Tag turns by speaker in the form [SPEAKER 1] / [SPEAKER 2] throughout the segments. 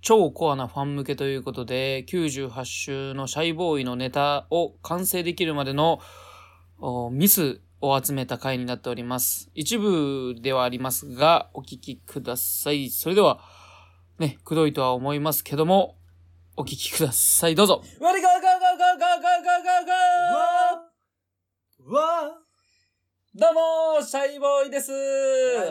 [SPEAKER 1] 超コアなファン向けということで、98週のシャイボーイのネタを完成できるまでのおミスを集めた回になっております。一部ではありますが、お聞きください。それでは、ね、くどいとは思いますけども、お聞きください。どうぞ。
[SPEAKER 2] わりゴーゴーゴーゴーゴーゴーゴーゴー
[SPEAKER 3] わわ
[SPEAKER 2] どうもーシャイボーイです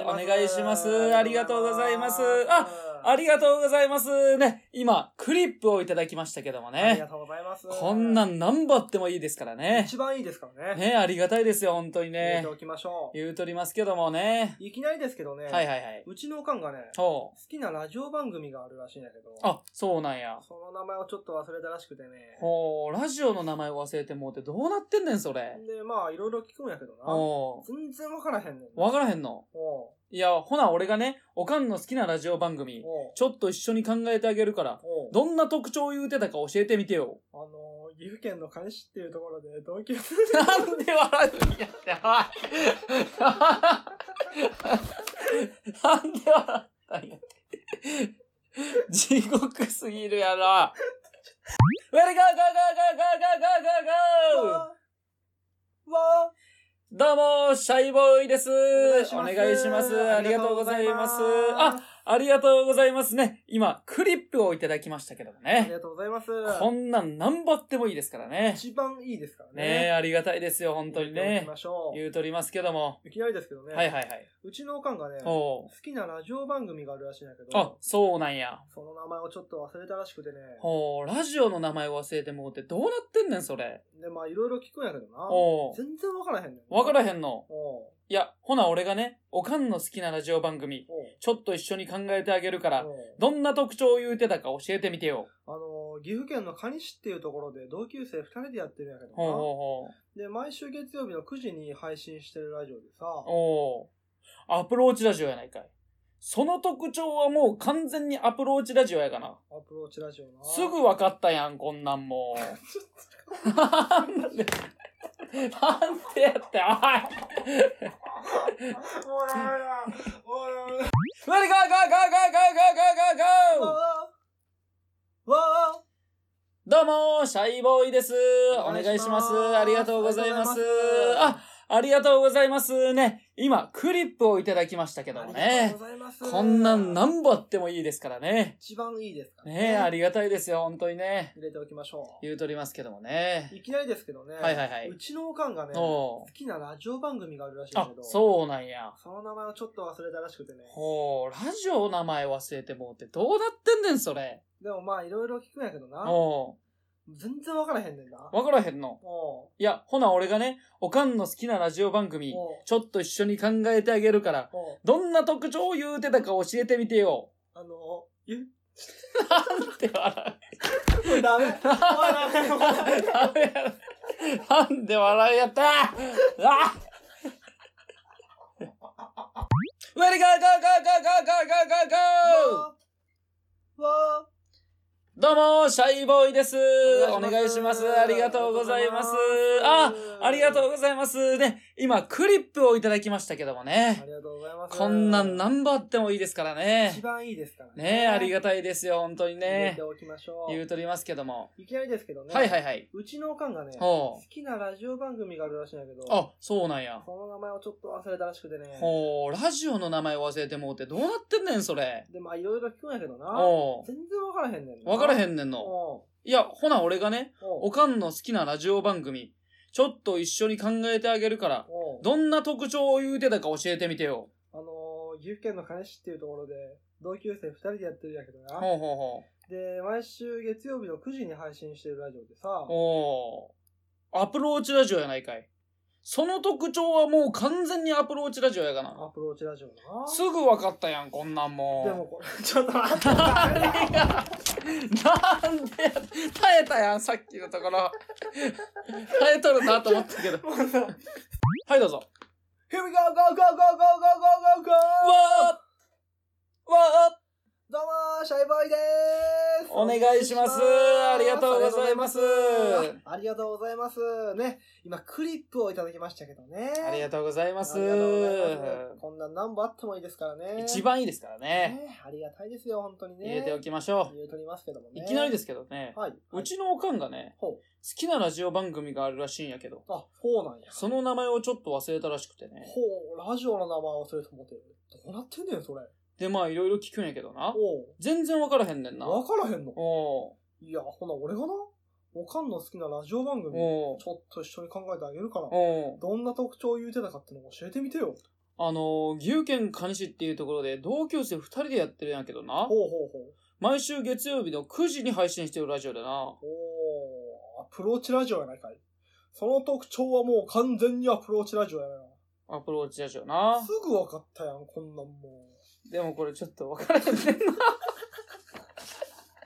[SPEAKER 2] お
[SPEAKER 3] お
[SPEAKER 2] 願いします。ありがとうございます。あ、ありがとうございます。ね、今、クリップをいただきましたけども
[SPEAKER 3] ありが
[SPEAKER 2] ね。
[SPEAKER 3] とうございます。
[SPEAKER 2] こんなん何張ってもいいですからね。
[SPEAKER 3] 一番いいですからね。
[SPEAKER 2] ね、ありがたいですよ、本当に
[SPEAKER 3] 入れ
[SPEAKER 2] ね
[SPEAKER 3] て。おきましょ
[SPEAKER 2] 言うとりますけどもね。
[SPEAKER 3] う。いきなりですけどね、
[SPEAKER 2] はいはいはい。
[SPEAKER 3] うちのおかんがね、好
[SPEAKER 2] ほう。
[SPEAKER 3] きなラジオ番組があるらしいんだけど、
[SPEAKER 2] あ、そうなんや。
[SPEAKER 3] その名前をちょっと忘れたらしくてね。
[SPEAKER 2] ほう、ラジオの名前忘れてもうてどうなってんねん、それ。
[SPEAKER 3] で、まあ、いろいろ聞くんやけどな。
[SPEAKER 2] ほ
[SPEAKER 3] 全然わからへんねん。
[SPEAKER 2] う。わからへんの
[SPEAKER 3] おう
[SPEAKER 2] いや、ほな、俺がね、おかんの好きなラジオ番組、
[SPEAKER 3] おう
[SPEAKER 2] ちょっと一緒に考えてあげるから、
[SPEAKER 3] おう
[SPEAKER 2] どんな特徴を言うてたか教えてみてよ。
[SPEAKER 3] あのー、岐阜県の蟹市っていうところで同級生
[SPEAKER 2] なんで笑うんやって、はい。なんで笑ったんやって。地獄すぎるやろ。ウェルゴーゴーゴーゴーゴーゴーゴーゴー
[SPEAKER 3] わわ
[SPEAKER 2] どうも、シャイボーイです。お
[SPEAKER 3] お
[SPEAKER 2] 願
[SPEAKER 3] 願
[SPEAKER 2] い
[SPEAKER 3] い
[SPEAKER 2] し
[SPEAKER 3] し
[SPEAKER 2] ま
[SPEAKER 3] ますす。
[SPEAKER 2] ありがとうございます。あ、
[SPEAKER 3] あ
[SPEAKER 2] ありがとうございますね。今、クリップをいただきましたけども
[SPEAKER 3] り
[SPEAKER 2] ね。
[SPEAKER 3] がとうございます。
[SPEAKER 2] こんなん何張ってもいいですからね。
[SPEAKER 3] 一番いいですから
[SPEAKER 2] ねえ、
[SPEAKER 3] ね。
[SPEAKER 2] ありがたいですよ、本当に
[SPEAKER 3] 入れてお
[SPEAKER 2] ね
[SPEAKER 3] き。ましょ
[SPEAKER 2] 言うとりますけども。
[SPEAKER 3] う。いきなりですけどね。
[SPEAKER 2] はいはいはい。
[SPEAKER 3] うちのおかんがね、好
[SPEAKER 2] おう。
[SPEAKER 3] きなラジオ番組があるらしいんだけ
[SPEAKER 2] あ
[SPEAKER 3] ど、、
[SPEAKER 2] そうなんや。
[SPEAKER 3] その名前をちょっと忘れたらしくてね。
[SPEAKER 2] ほう、ラジオの名前忘れてもうてどうなってんねん、それ。
[SPEAKER 3] で、まあ、いろいろ聞くんやけどな。
[SPEAKER 2] おう。
[SPEAKER 3] 全然わからへんねん。
[SPEAKER 2] わから
[SPEAKER 3] ん。
[SPEAKER 2] へんの。
[SPEAKER 3] おう
[SPEAKER 2] いや、ほな、俺がね、おかんの好きなラジオ番組、
[SPEAKER 3] おう
[SPEAKER 2] ちょっと一緒に考えてあげるから、
[SPEAKER 3] おう
[SPEAKER 2] どんな特徴を言うてたか教えてみてよ。
[SPEAKER 3] あのー、岐阜県の蟹市っていうところで同級生二人でやってるんやけどな。
[SPEAKER 2] ほうほ
[SPEAKER 3] で、毎週月曜日の9時に配信してるラジオでさ、
[SPEAKER 2] うほう。おお。アプローチラジオやないかい。その特徴はもう完全にアプローチラジオやかな。
[SPEAKER 3] アプローチラジオな。
[SPEAKER 2] すぐ分かったやん、こんなんもう。
[SPEAKER 3] ちょっ
[SPEAKER 2] なんで、なんでやって、おい無理か、ゴーゴーゴーゴーゴーゴー
[SPEAKER 3] と、もうダメだもうダメだ
[SPEAKER 2] ゴーゴー
[SPEAKER 3] わーわ
[SPEAKER 2] どうも、シャイボーイです。
[SPEAKER 3] ー
[SPEAKER 2] お願いします。ありがとうございます。
[SPEAKER 3] あ
[SPEAKER 2] あ、ありがとうございますね。今、クリップをいただきましたけ
[SPEAKER 3] り
[SPEAKER 2] ど
[SPEAKER 3] が
[SPEAKER 2] も
[SPEAKER 3] とうご
[SPEAKER 2] ね。
[SPEAKER 3] ざいます
[SPEAKER 2] こんなん何本あってもいいですからね。
[SPEAKER 3] 一番いいですから
[SPEAKER 2] ねえ、ありがたいですよ、本当にね。
[SPEAKER 3] 入れておきましょ
[SPEAKER 2] 言うとりますけどもね
[SPEAKER 3] う。。いきなりですけどね。
[SPEAKER 2] はいはいはいう
[SPEAKER 3] ちのおかんがね、好
[SPEAKER 2] おう
[SPEAKER 3] きなラジオ番組があるらしいんだ
[SPEAKER 2] あ
[SPEAKER 3] け、ど、
[SPEAKER 2] そうなんや。
[SPEAKER 3] その名前をちょっと忘れたらしくてね。
[SPEAKER 2] ほう、ラジオの名前忘れてもうってどうなってんねん、それ。
[SPEAKER 3] でもまあいろいろ聞くんやけどな。
[SPEAKER 2] お
[SPEAKER 3] 全然わからへんねんな
[SPEAKER 2] う。。わからへんの。
[SPEAKER 3] おう
[SPEAKER 2] いや、ほな俺がね、おかんの好きなラジオ番組、
[SPEAKER 3] おう
[SPEAKER 2] ちょっと一緒に考えてあげるから、
[SPEAKER 3] おう
[SPEAKER 2] どんな特徴を言うてたか教えてみてよ。
[SPEAKER 3] あの、ゆ、
[SPEAKER 2] なんて笑
[SPEAKER 3] もうダメ。もう
[SPEAKER 2] う。
[SPEAKER 3] ダメもうダメ
[SPEAKER 2] ダメやななんで笑いやったあウェリガーゴーゴーゴーゴーゴーゴーゴーゴー
[SPEAKER 3] わーわ
[SPEAKER 2] どうも、シャイボーイです。
[SPEAKER 3] ー
[SPEAKER 2] お願いします。ありがとうございます。あ、ありがとうございます。ね、今、クリップをいただきましたけども
[SPEAKER 3] あ
[SPEAKER 2] ね。
[SPEAKER 3] りがとうございます。
[SPEAKER 2] こんなん何番あってもいいですから
[SPEAKER 3] 一
[SPEAKER 2] ね。
[SPEAKER 3] 番いいですからね。
[SPEAKER 2] ねあり
[SPEAKER 3] が
[SPEAKER 2] がたいですよ、本当に
[SPEAKER 3] 入れ
[SPEAKER 2] ね
[SPEAKER 3] て。おきましょ
[SPEAKER 2] 言う
[SPEAKER 3] う。
[SPEAKER 2] とりますけども。
[SPEAKER 3] いきなりですけどね。。
[SPEAKER 2] はいはいいはい。
[SPEAKER 3] うちのおかんがね、
[SPEAKER 2] ほ
[SPEAKER 3] 好きなラジオ番組があるらしいんだけど、
[SPEAKER 2] う。あ、そうなんや。
[SPEAKER 3] その名前をちょっと忘れたらしくてね。
[SPEAKER 2] ほう、ラジオの名前忘れてもうてどうなってんねん、それ。
[SPEAKER 3] で、まあいろいろ聞くんやけどな。
[SPEAKER 2] おう。
[SPEAKER 3] 全然わからへんねんな。
[SPEAKER 2] わからへ
[SPEAKER 3] ん
[SPEAKER 2] んねんの。
[SPEAKER 3] お
[SPEAKER 2] いや、ほな俺がね、
[SPEAKER 3] うお
[SPEAKER 2] お
[SPEAKER 3] う
[SPEAKER 2] かんの好きなラジオ番組、ちょっと一緒に考えてあげるから、
[SPEAKER 3] おう
[SPEAKER 2] どんな特徴を言うてたか教えてみてよ。
[SPEAKER 3] あのー、岐阜県の金市っていうところで、同級生二人でやってるんやけどな。
[SPEAKER 2] ほうほうほ
[SPEAKER 3] で、毎週月曜日の9時に配信してるラジオでさ
[SPEAKER 2] う。、おー。アプローチラジオやないかい。その特徴はもう完全にアプローチラジオやがな。
[SPEAKER 3] アプローチラジオな。
[SPEAKER 2] すぐ分かったやん、こんなんもう。
[SPEAKER 3] でもこれ、ちょっと 待って。
[SPEAKER 2] なんでや耐えたやん、さっきのところ。耐えとるなと思ったけど。
[SPEAKER 3] もうさ
[SPEAKER 2] はい、どうぞ。
[SPEAKER 3] Here we go, go, go, go, go, go, go, go, go!
[SPEAKER 2] わーわ
[SPEAKER 3] どうもー、シャイボーイでーす
[SPEAKER 2] お願いします。ありがとうございます。
[SPEAKER 3] ありがとうございます。ね。今、クリップをいただきましたけどね。
[SPEAKER 2] ありがとうございます。
[SPEAKER 3] ありがとうございます。こんな何本あってもいいですからね。
[SPEAKER 2] 一番いいですからね。
[SPEAKER 3] ね。ありがたいですよ、本当にね。
[SPEAKER 2] 入れておきましょ
[SPEAKER 3] 言うとりますけども
[SPEAKER 2] う。
[SPEAKER 3] ね。。
[SPEAKER 2] いきなりですすけどね、
[SPEAKER 3] はい。
[SPEAKER 2] うちのおかんがね、
[SPEAKER 3] ほう
[SPEAKER 2] 好きなラジオ番組があるらしいんやけど、
[SPEAKER 3] あ、そうなんや。
[SPEAKER 2] その名前をちょっと忘れたらしくてね。
[SPEAKER 3] ほう、ラジオの名前忘れて思ってる。どうなってんねん、それ。
[SPEAKER 2] で、まあいろいろ聞くんやけどな。
[SPEAKER 3] お
[SPEAKER 2] 全然わからへんねんな。
[SPEAKER 3] う。わからへんの。
[SPEAKER 2] おう
[SPEAKER 3] いや、ほな、俺がな、おかんの好きなラジオ番組、ちょ
[SPEAKER 2] おう
[SPEAKER 3] っと一緒に考えてあげるから、
[SPEAKER 2] おう
[SPEAKER 3] どんな特徴を言うてたかってのを教えてみてよ。
[SPEAKER 2] あのー、岐阜県蟹市っていうところで同級生二人でやってるんやけどな
[SPEAKER 3] ほ。うほうほう。
[SPEAKER 2] 毎週月曜日の9時に配信してるラジオでな。
[SPEAKER 3] おー、アプローチラジオやないかい。その特徴はもう完全にアプローチラジオやない
[SPEAKER 2] アプローチラジオ
[SPEAKER 3] な。
[SPEAKER 2] な
[SPEAKER 3] す。ぐ分かったやん、こんなんも
[SPEAKER 2] でもこれちょっと分からへんねんな。分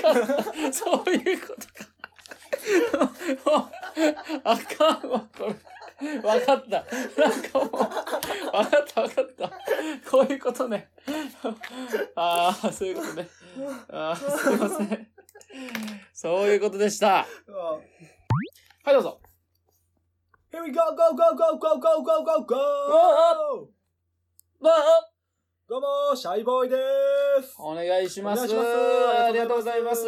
[SPEAKER 2] からん そういうことか。もうあかんわ、これ。分かった。なんかもう、分かった分かった。こういうことね。ああ、そういうことね。
[SPEAKER 3] う。
[SPEAKER 2] あ
[SPEAKER 3] あ
[SPEAKER 2] あ、すいません。そういうことでした。はい、どうぞ。
[SPEAKER 3] Here we go, go, go, go, go, go, go, go, go!
[SPEAKER 2] わあ
[SPEAKER 3] どうも、シャイボーイです。
[SPEAKER 2] お願いします。
[SPEAKER 3] お願いし
[SPEAKER 2] ありがとうございます。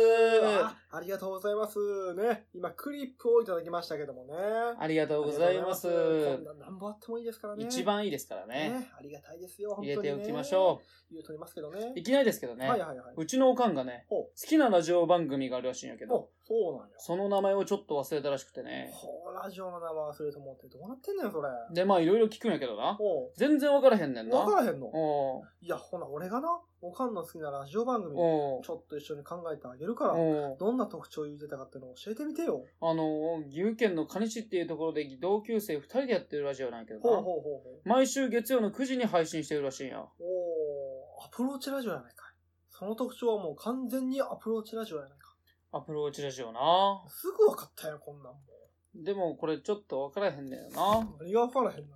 [SPEAKER 3] あありがとうございます。ね。今、クリップをいただきましたけどもね。あ
[SPEAKER 2] ありがとうございます。
[SPEAKER 3] りがとうございますこんな何本あってもいいですからね。
[SPEAKER 2] 一番いいですから
[SPEAKER 3] ね
[SPEAKER 2] ね。
[SPEAKER 3] ありがたいですよ、本当
[SPEAKER 2] 入れ
[SPEAKER 3] に、ね。
[SPEAKER 2] ておきましょ
[SPEAKER 3] う。言うとりますけどね。
[SPEAKER 2] う。いきなりですけど
[SPEAKER 3] はい
[SPEAKER 2] ね。
[SPEAKER 3] はいはい。
[SPEAKER 2] うちのおかんがね、
[SPEAKER 3] ほう
[SPEAKER 2] 好きなラジオ番組があるらしいんやけ
[SPEAKER 3] お
[SPEAKER 2] ど、、
[SPEAKER 3] そうなんや。
[SPEAKER 2] その名前をちょっと忘れたらしくてね。
[SPEAKER 3] ほう、ラジオの名前忘れてもって、どうなってんねん、それ。
[SPEAKER 2] で、まあいろいろ聞くんやけどな。
[SPEAKER 3] おう
[SPEAKER 2] 全然わからへんねんな。
[SPEAKER 3] わからへんの
[SPEAKER 2] おう
[SPEAKER 3] いや、ほな、俺がな、おかんの好きなラジオ番組、ちょ
[SPEAKER 2] おう
[SPEAKER 3] っと一緒に考えてあげるから、
[SPEAKER 2] おう
[SPEAKER 3] どんな特徴言うてたかってのを教えてみてよ。
[SPEAKER 2] あの、岐阜県の蟹市っていうところで同級生二人でやってるラジオなんやけど
[SPEAKER 3] ほうほう
[SPEAKER 2] な。
[SPEAKER 3] ほうほう。
[SPEAKER 2] 毎週月曜の9時に配信してるらしいんや。
[SPEAKER 3] おー、アプローチラジオやないかい。その特徴はもう完全にアプローチラジオやないか。
[SPEAKER 2] アプローチラジオな。
[SPEAKER 3] すぐ分かったよ、こんなんも
[SPEAKER 2] でもこれちょっとわからへんねんよな。
[SPEAKER 3] う。何が分からへんのよ。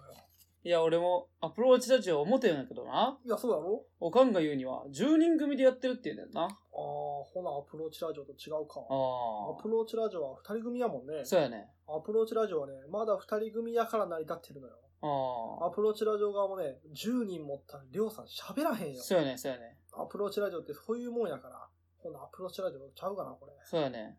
[SPEAKER 2] いや、俺もアプローチラジオ思ってるんやけどな。
[SPEAKER 3] いや、そうだろ
[SPEAKER 2] おかんが言うには、10人組でやってるって言うんだよな。
[SPEAKER 3] あー、ほな、アプローチラジオと違うか。ア
[SPEAKER 2] あ
[SPEAKER 3] プローチラジオは二人組やもんね
[SPEAKER 2] あ。。そうやね。
[SPEAKER 3] アプローチラジオはね、まだ二人組やから成り立ってるのよ。
[SPEAKER 2] ああ。
[SPEAKER 3] アプローチラジオ側もね、10人持ったらりょうさん喋らへんよ。
[SPEAKER 2] そうやね、そうやね。
[SPEAKER 3] アプローチラジオってそういうもんやから。ほな、アプローチラジオちゃうかな、これ。
[SPEAKER 2] そうやね。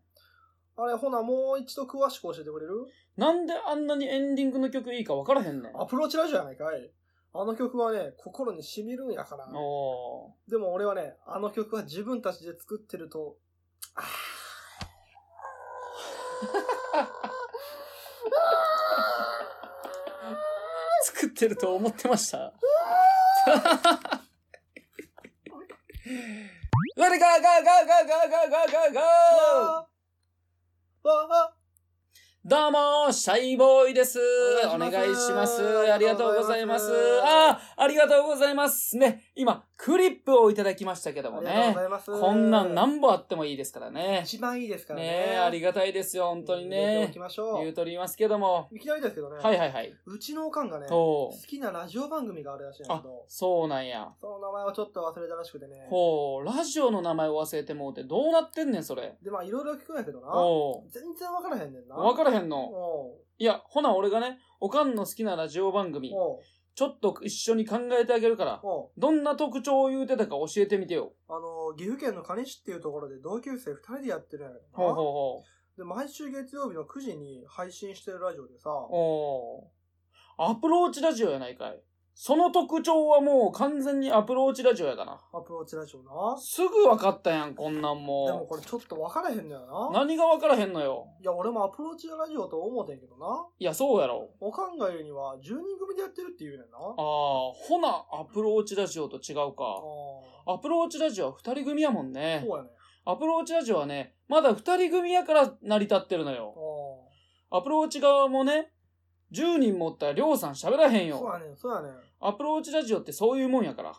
[SPEAKER 3] あれ、ほな、もう一度詳しく教えてくれる
[SPEAKER 2] なんであんなにエンディングの曲いいか分からへんねん。
[SPEAKER 3] アプローチラジオやないかい。あの曲はね、心に染みるんやから。
[SPEAKER 2] おー
[SPEAKER 3] でも俺はね、あの曲は自分たちで作ってると、あ
[SPEAKER 2] 作ってると思ってました。我がががががががが
[SPEAKER 3] ー
[SPEAKER 2] が
[SPEAKER 3] わーわ
[SPEAKER 2] どうもシャイボーイです。お
[SPEAKER 3] お
[SPEAKER 2] 願
[SPEAKER 3] 願
[SPEAKER 2] い
[SPEAKER 3] い
[SPEAKER 2] し
[SPEAKER 3] し
[SPEAKER 2] ま
[SPEAKER 3] ますす。
[SPEAKER 2] ありがとうございます
[SPEAKER 3] ありがとうござい。ま
[SPEAKER 2] あー、ありがとうございます。ね、今、クリップをいただきましたけど
[SPEAKER 3] ー
[SPEAKER 2] も
[SPEAKER 3] ありがとう
[SPEAKER 2] ね
[SPEAKER 3] ご。ざいます。
[SPEAKER 2] こんなん何本あってもいいですからね。
[SPEAKER 3] 一番いいですからね。
[SPEAKER 2] ねえ、ありがたいですよ、本当に
[SPEAKER 3] 入れてお
[SPEAKER 2] ね
[SPEAKER 3] き。ましょ
[SPEAKER 2] 言う
[SPEAKER 3] う。
[SPEAKER 2] とりますけども。
[SPEAKER 3] いきなりですけどね。
[SPEAKER 2] はいはいはい。
[SPEAKER 3] うちのおかんがね、好
[SPEAKER 2] おう
[SPEAKER 3] きなラジオ番組があるらしいんだけど、
[SPEAKER 2] そうなんや。
[SPEAKER 3] その名前をちょっと忘れたらしくてね。
[SPEAKER 2] ほう、ラジオの名前を忘れてもうてどうなってんねん、それ。
[SPEAKER 3] で、まあいろいろ聞くんやけどな。
[SPEAKER 2] おう
[SPEAKER 3] 全然わからへんねんな。
[SPEAKER 2] わからへん
[SPEAKER 3] へん
[SPEAKER 2] の。
[SPEAKER 3] おう
[SPEAKER 2] いや、ほな、俺がね、おかんの好きなラジオ番組、
[SPEAKER 3] おう
[SPEAKER 2] ちょっと一緒に考えてあげるから、
[SPEAKER 3] おう
[SPEAKER 2] どんな特徴を言うてたか教えてみてよ。
[SPEAKER 3] あの、岐阜県の蟹市っていうところで同級生2人でやってるんやけど
[SPEAKER 2] ほう
[SPEAKER 3] な
[SPEAKER 2] ほ
[SPEAKER 3] で、毎週月曜日の9時に配信してるラジオでさ、
[SPEAKER 2] うほう。おうアプローチラジオやないかい。その特徴はもう完全にアプローチラジオやかな。
[SPEAKER 3] アプローチラジオな。
[SPEAKER 2] すぐ分かったやん、こんなん
[SPEAKER 3] でも
[SPEAKER 2] も
[SPEAKER 3] これちょっと分からへんのよ
[SPEAKER 2] う。
[SPEAKER 3] な。
[SPEAKER 2] 何が分からへんのよ。
[SPEAKER 3] いや、俺もアプローチラジオと思うてんけどな。
[SPEAKER 2] いや、そうやろ。
[SPEAKER 3] おかんが言うには10人組でやってるって言うねんな。あ
[SPEAKER 2] ああ、ほな、アプローチラジオと違う
[SPEAKER 3] あー。
[SPEAKER 2] か。アプローチラジオは二人組やもんね。
[SPEAKER 3] そうやね。
[SPEAKER 2] アプローチラジオはね、まだ二人組やから成り立ってるの
[SPEAKER 3] ああ。
[SPEAKER 2] よ。
[SPEAKER 3] そ
[SPEAKER 2] アプローチ側もね、10人持ったらりょうさん喋らへん
[SPEAKER 3] う
[SPEAKER 2] よ。
[SPEAKER 3] やねん、そうやねん。
[SPEAKER 2] アプローチラジオってそういうもんやから。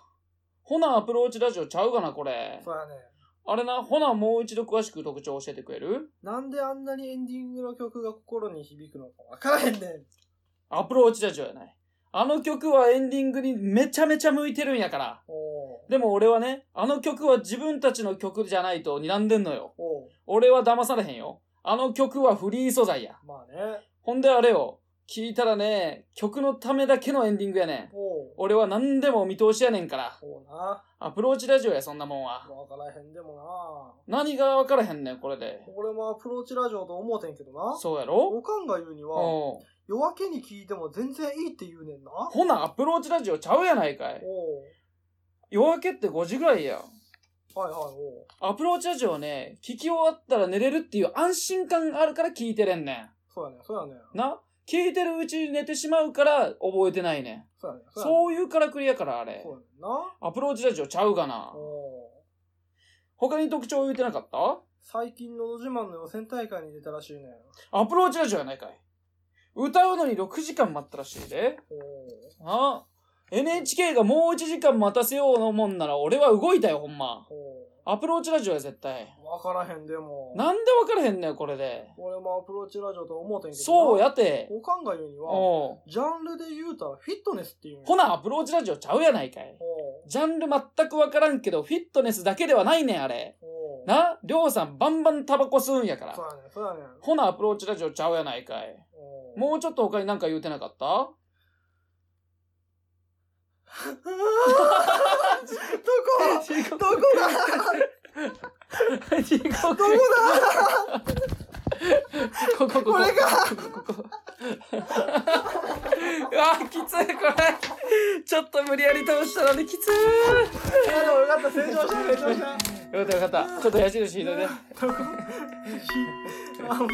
[SPEAKER 2] ほな、アプローチラジオちゃうかな、これ。
[SPEAKER 3] そうやねん。
[SPEAKER 2] あれな、ほな、もう一度詳しく特徴教えてくれる
[SPEAKER 3] なんであんなにエンディングの曲が心に響くのか分からへんねん。
[SPEAKER 2] アプローチラジオやない。あの曲はエンディングにめちゃめちゃ向いてるんやから。
[SPEAKER 3] おー
[SPEAKER 2] でも俺はね、あの曲は自分たちの曲じゃないと睨んでんのよ。
[SPEAKER 3] おー
[SPEAKER 2] 俺は騙されへんよ。あの曲はフリー素材や。
[SPEAKER 3] まあね。
[SPEAKER 2] ほんであれよ、聞いたらね、曲のためだけのエンディングやねん。
[SPEAKER 3] おー
[SPEAKER 2] 俺は何でも見通しやねんから。
[SPEAKER 3] おうな。
[SPEAKER 2] アプローチラジオや、そんなもんは。
[SPEAKER 3] わからへんでもな。
[SPEAKER 2] 何が分からへんねん、これで。
[SPEAKER 3] 俺もアプローチラジオと思うてんけどな。
[SPEAKER 2] そうやろ
[SPEAKER 3] おかんが言うに
[SPEAKER 2] うん。
[SPEAKER 3] は、夜明けに聞いても全然いいって言うねんな。
[SPEAKER 2] ほな、アプローチラジオちゃうやないかい。
[SPEAKER 3] おう
[SPEAKER 2] 夜明けって5時ぐらいや。
[SPEAKER 3] はいはい、おう
[SPEAKER 2] アプローチラジオね、聞き終わったら寝れるっていう安心感があるから聞いてれんね
[SPEAKER 3] そうやね、そうやね。
[SPEAKER 2] ん。な聞いてるうちに寝てしまうから覚えてないねん。
[SPEAKER 3] そうやね、そうやね。
[SPEAKER 2] そういうからくりやから、あれ
[SPEAKER 3] そう。やねんな。
[SPEAKER 2] アプローチラジオちゃうがな
[SPEAKER 3] お。う
[SPEAKER 2] 他に特徴言ってなかった
[SPEAKER 3] 最近のど自慢の予選大会に出たらしいねん。
[SPEAKER 2] アプローチラジオやないかい。歌うのに6時間待ったらしいで。
[SPEAKER 3] おう
[SPEAKER 2] あ NHK がもう1時間待たせようのもんなら俺は動いたよ、ほんま。
[SPEAKER 3] おう
[SPEAKER 2] アプローチラジオや、絶対。
[SPEAKER 3] わからへんでも。
[SPEAKER 2] なんで分からへんねん、これで。
[SPEAKER 3] 俺もアプローチラジオと思うてんけどな。
[SPEAKER 2] そうやて。
[SPEAKER 3] おかんが言うには、
[SPEAKER 2] おう
[SPEAKER 3] ジャンルで言うたらフィットネスっていうんや
[SPEAKER 2] ほな、アプローチラジオちゃうやないかい。
[SPEAKER 3] おう
[SPEAKER 2] ジャンル全く分からんけど、フィットネスだけではないねん、あれ。
[SPEAKER 3] おう
[SPEAKER 2] な、りょうさんバンバンタバコ吸うんやから
[SPEAKER 3] そう。やねん、そうやねん。
[SPEAKER 2] ほな、アプローチラジオちゃうやないかい。
[SPEAKER 3] おう
[SPEAKER 2] もうちょっと他に何か言うてなかった
[SPEAKER 3] どこ
[SPEAKER 2] 地獄
[SPEAKER 3] どこだ
[SPEAKER 2] 地獄
[SPEAKER 3] どこだ
[SPEAKER 2] ここここ
[SPEAKER 3] これか
[SPEAKER 2] ここここうわきついこれちょっと無理やり倒したのにきつい
[SPEAKER 3] いやでもよかった、成長した、成長した。
[SPEAKER 2] よか ったよかったちょっと矢印引いといて
[SPEAKER 3] あ、もう。